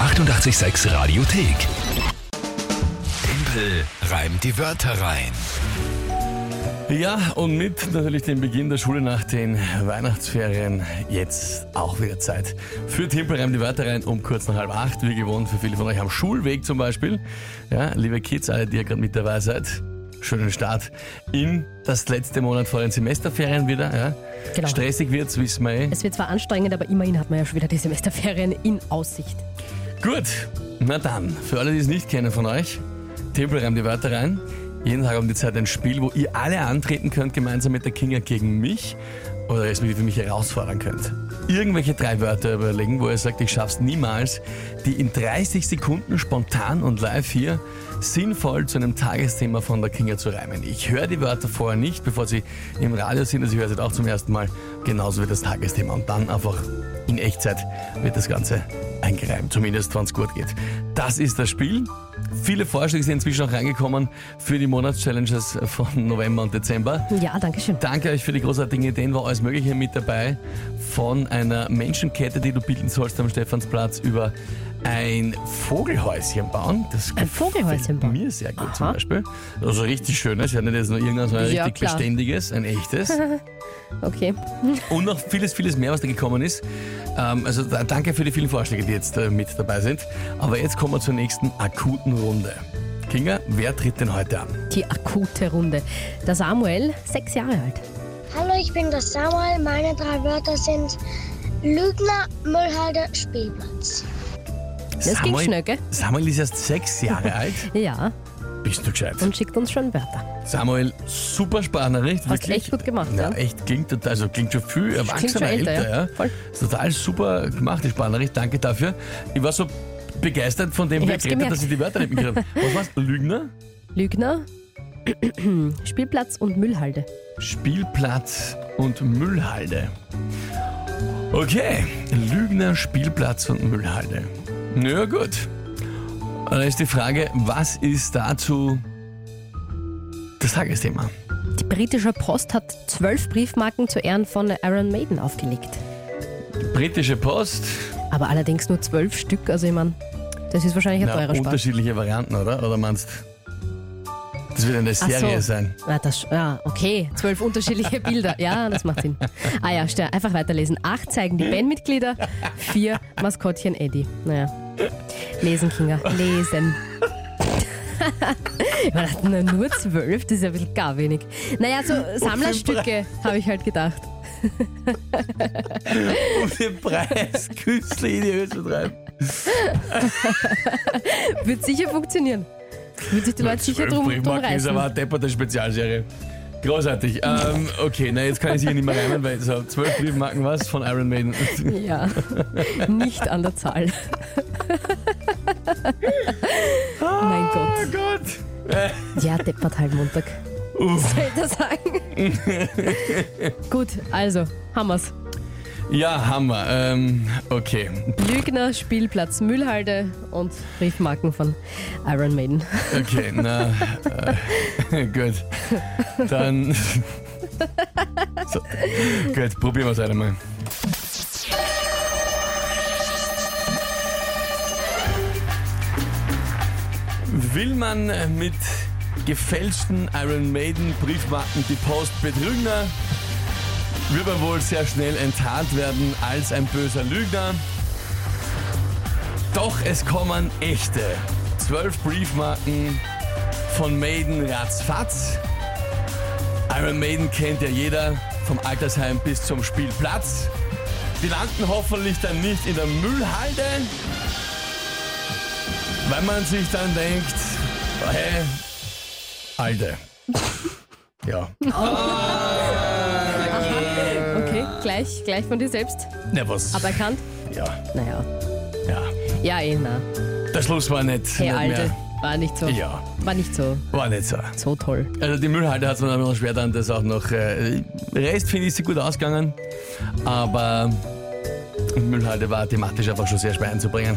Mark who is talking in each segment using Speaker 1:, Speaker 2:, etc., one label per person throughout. Speaker 1: 886 Radiothek. Tempel reimt die Wörter rein.
Speaker 2: Ja, und mit natürlich dem Beginn der Schule nach den Weihnachtsferien jetzt auch wieder Zeit für Timpelreim die Wörter rein um kurz nach halb acht. Wie gewohnt für viele von euch am Schulweg zum Beispiel. Ja, liebe Kids, alle, die ihr gerade mit dabei seid, schönen Start in das letzte Monat vor den Semesterferien wieder. Ja.
Speaker 3: Genau.
Speaker 2: Stressig wird's, wissen wir eh.
Speaker 3: Es wird zwar anstrengend, aber immerhin hat man ja schon wieder die Semesterferien in Aussicht.
Speaker 2: Gut, na dann, für alle, die es nicht kennen von euch, Tempelreim die Wörter rein. Jeden Tag um die Zeit ein Spiel, wo ihr alle antreten könnt, gemeinsam mit der Kinga gegen mich oder respektive mich herausfordern könnt. Irgendwelche drei Wörter überlegen, wo ihr sagt, ich schaff's niemals, die in 30 Sekunden spontan und live hier sinnvoll zu einem Tagesthema von der Kinga zu reimen. Ich höre die Wörter vorher nicht, bevor sie im Radio sind, also ich höre sie auch zum ersten Mal, genauso wie das Tagesthema. Und dann einfach in Echtzeit wird das Ganze eingereimt, zumindest wenn es gut geht. Das ist das Spiel. Viele Vorschläge sind inzwischen auch reingekommen für die Monatschallenges von November und Dezember.
Speaker 3: Ja, danke schön.
Speaker 2: Danke euch für die großartigen Ideen, war alles Mögliche mit dabei. Von einer Menschenkette, die du bilden sollst am Stephansplatz, über ein Vogelhäuschen bauen. Das
Speaker 3: Ein Vogelhäuschen
Speaker 2: gefällt
Speaker 3: bauen.
Speaker 2: Mir sehr gut zum
Speaker 3: Aha.
Speaker 2: Beispiel. Also richtig schönes, ja nicht jetzt nur irgendwas, sondern
Speaker 3: Ja,
Speaker 2: richtig
Speaker 3: klar.
Speaker 2: beständiges, ein echtes.
Speaker 3: Okay.
Speaker 2: Und noch vieles, vieles mehr, was da gekommen ist. Ähm, also da, danke für die vielen Vorschläge, die jetzt äh, mit dabei sind. Aber jetzt kommen wir zur nächsten akuten Runde. Kinga, wer tritt denn heute an?
Speaker 3: Die akute Runde. Der Samuel, sechs Jahre alt.
Speaker 4: Hallo, ich bin der Samuel. Meine drei Wörter sind Lügner, Müllhalde, Spielplatz.
Speaker 3: Das ging schnell, gell?
Speaker 2: Samuel ist erst sechs Jahre alt.
Speaker 3: Ja,
Speaker 2: Bist du gescheit?
Speaker 3: und schickt uns schon Wörter.
Speaker 2: Samuel, super Sprachnachricht.
Speaker 3: Hast
Speaker 2: wirklich.
Speaker 3: echt gut gemacht,
Speaker 2: Ja,
Speaker 3: ja.
Speaker 2: echt, klingt total, also klingt schon viel erwachsener,
Speaker 3: schon älter,
Speaker 2: älter, ja.
Speaker 3: ja. Voll.
Speaker 2: Ist Total super gemacht, die Sprachnachricht, danke dafür. Ich war so begeistert von dem,
Speaker 3: Ich
Speaker 2: wie er
Speaker 3: hab's
Speaker 2: geredet hat,
Speaker 3: gemerkt.
Speaker 2: dass ich die Wörter nicht mitgekriegt habe. Was war's? Lügner?
Speaker 3: Lügner, Spielplatz und Müllhalde.
Speaker 2: Spielplatz und Müllhalde. Okay, Lügner, Spielplatz und Müllhalde. Na ja, gut. Dann ist die Frage, was ist dazu das Tagesthema?
Speaker 3: Die britische Post hat zwölf Briefmarken zu Ehren von Iron Maiden aufgelegt.
Speaker 2: Britische Post,
Speaker 3: Aber allerdings nur zwölf Stück, also ich meine, das ist wahrscheinlich ein
Speaker 2: Na,
Speaker 3: teurer Spaß.
Speaker 2: unterschiedliche Varianten, oder? Oder meinst das wird eine
Speaker 3: Ach so.
Speaker 2: Serie sein?
Speaker 3: Ah, das, ah, okay, zwölf unterschiedliche Bilder. Ja, das macht Sinn. Ah ja, stör, einfach weiterlesen. Acht zeigen die Bandmitglieder, vier Maskottchen Eddie. Naja. Lesen, Kinder, lesen. Ich meine, na, nur zwölf, das ist ja ein bisschen gar wenig. Naja, so Sammlerstücke habe ich halt gedacht.
Speaker 2: Um den Preis künstlich in die Höhe zu treiben.
Speaker 3: Wird sicher funktionieren. Wird sich die Leute sicher drum, drum
Speaker 2: Briefmarken ist
Speaker 3: reißen.
Speaker 2: aber eine depperte Spezialserie. Großartig. Ähm, okay, na jetzt kann ich hier nicht mehr reimen, weil so zwölf Briefmarken was von Iron Maiden.
Speaker 3: Ja, nicht an der Zahl. mein Gott.
Speaker 2: Oh Gott.
Speaker 3: Ja, deppert halt Montag.
Speaker 2: Uff.
Speaker 3: Sollte sagen. Gut, also, Hammers.
Speaker 2: Ja, Hammer. Ähm, okay.
Speaker 3: Lügner, Spielplatz, Müllhalde und Briefmarken von Iron Maiden.
Speaker 2: Okay, na. Äh, gut. Dann. So. Gut, probieren wir es einmal. Will man mit gefälschten Iron Maiden Briefmarken die Post betrügen, wird man wohl sehr schnell enttarnt werden als ein böser Lügner. Doch es kommen echte. Zwölf Briefmarken von Maiden ratzfatz. Iron Maiden kennt ja jeder, vom Altersheim bis zum Spielplatz. Die landen hoffentlich dann nicht in der Müllhalde, weil man sich dann denkt, hey, Alte. Ja. Äh.
Speaker 3: Okay, gleich, gleich von dir selbst.
Speaker 2: Na was?
Speaker 3: Aber erkannt?
Speaker 2: Ja,
Speaker 3: Naja.
Speaker 2: ja.
Speaker 3: Ja, eh, na.
Speaker 2: Der Schluss war nicht,
Speaker 3: Hey,
Speaker 2: nicht
Speaker 3: Alte. War nicht so.
Speaker 2: mehr. Ja,
Speaker 3: War nicht so,
Speaker 2: war nicht so.
Speaker 3: so toll.
Speaker 2: Also die Müllhalde hat es mir dann noch schwer dann das auch noch. Äh, Rest finde ich sie gut ausgegangen, aber die Müllhalde war thematisch einfach schon sehr schwer einzubringen.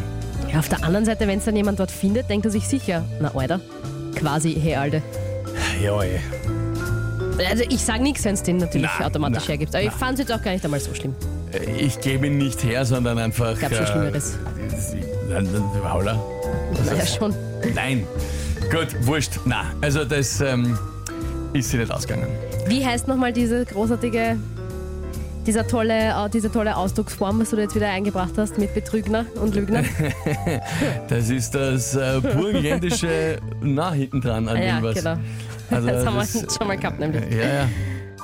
Speaker 3: Ja, auf der anderen Seite, wenn es dann jemand dort findet, denkt er sich sicher. Na, Alter. Quasi, hey, Alter.
Speaker 2: Ja, ey.
Speaker 3: Also, ich sag nichts, wenn es den natürlich
Speaker 2: Na,
Speaker 3: automatisch
Speaker 2: na,
Speaker 3: hergibt. Aber ich
Speaker 2: na.
Speaker 3: fand es jetzt auch gar nicht einmal so schlimm.
Speaker 2: ich gebe ihn nicht her, sondern einfach. äh,
Speaker 3: Gab schon Schlimmeres.
Speaker 2: Hauler?
Speaker 3: Naja, schon.
Speaker 2: Nein. Gut, wurscht. Na, also das ähm, ist sie nicht ausgegangen.
Speaker 3: Wie heißt nochmal diese großartige, dieser tolle, äh, diese tolle Ausdrucksform, was du da jetzt wieder eingebracht hast mit Betrügner und Lügner?
Speaker 2: Das ist das äh, burgenländische Na hinten dran an
Speaker 3: ja,
Speaker 2: irgendwas.
Speaker 3: genau.
Speaker 2: Also
Speaker 3: das haben wir
Speaker 2: das-
Speaker 3: schon mal gehabt, nämlich.
Speaker 2: Ja, ja.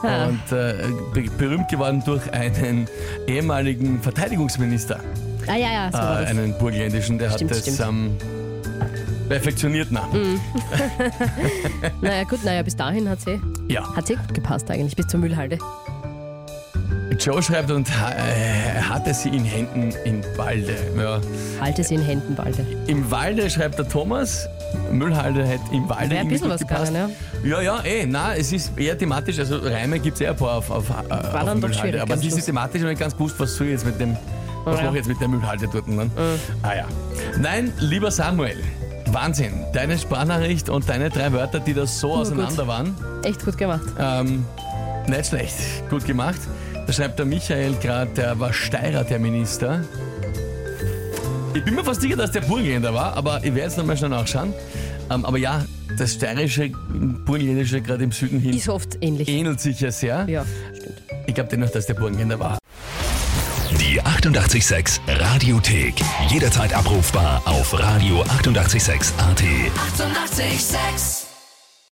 Speaker 3: Ah.
Speaker 2: Und äh, be berühmt geworden durch einen ehemaligen Verteidigungsminister,
Speaker 3: Ah, ja, ja, so
Speaker 2: äh,
Speaker 3: war das.
Speaker 2: einen burgenländischen, der
Speaker 3: Stimmt,
Speaker 2: hat das
Speaker 3: stimmt. Mhm.
Speaker 2: ähm, perfektioniert. Na,
Speaker 3: Naja, gut, naja, bis dahin hat sie,
Speaker 2: ja.
Speaker 3: hat sie gut eh gepasst eigentlich, bis zur Müllhalde.
Speaker 2: Joe schreibt und äh, hatte sie in Händen im Walde. Ja.
Speaker 3: Halte sie in Händen, Walde.
Speaker 2: Im Walde schreibt der Thomas, Müllhalde hätte im Walde
Speaker 3: Wäre ein
Speaker 2: irgendwie
Speaker 3: bisschen
Speaker 2: gut
Speaker 3: was gegangen, ja.
Speaker 2: Ja, ja, eh, na, es ist eher thematisch, also Reime gibt es eher ein paar auf, auf, äh, auf
Speaker 3: dann doch schwierig
Speaker 2: Müllhalde, aber
Speaker 3: am
Speaker 2: es ist
Speaker 3: Schluss.
Speaker 2: thematisch noch nicht ganz gewusst, was soll ich jetzt mit dem, was
Speaker 3: Ja. Mhm.
Speaker 2: mache ich jetzt mit der Müllhalde dort dann? Ah ja. Nein, lieber Samuel, Wahnsinn, deine Sprachnachricht und deine drei Wörter, die da so
Speaker 3: gut.
Speaker 2: auseinander waren,
Speaker 3: Echt gut gemacht.
Speaker 2: ähm, nicht schlecht, gut gemacht. Da schreibt der Michael gerade, der war Steirer, der Minister. Ich bin mir fast sicher, dass der Burgenländer war, aber ich werde jetzt nochmal schnell nachschauen. Ähm, aber ja, das steirische, burgenländische gerade im Süden hin
Speaker 3: Ist oft ähnlich.
Speaker 2: ähnelt sich ja sehr.
Speaker 3: ja, stimmt.
Speaker 2: Ich glaube dennoch, dass der Burgenländer war.
Speaker 1: Die 886 Radiothek. Jederzeit abrufbar auf radio886.at. 886! 886.
Speaker 5: 886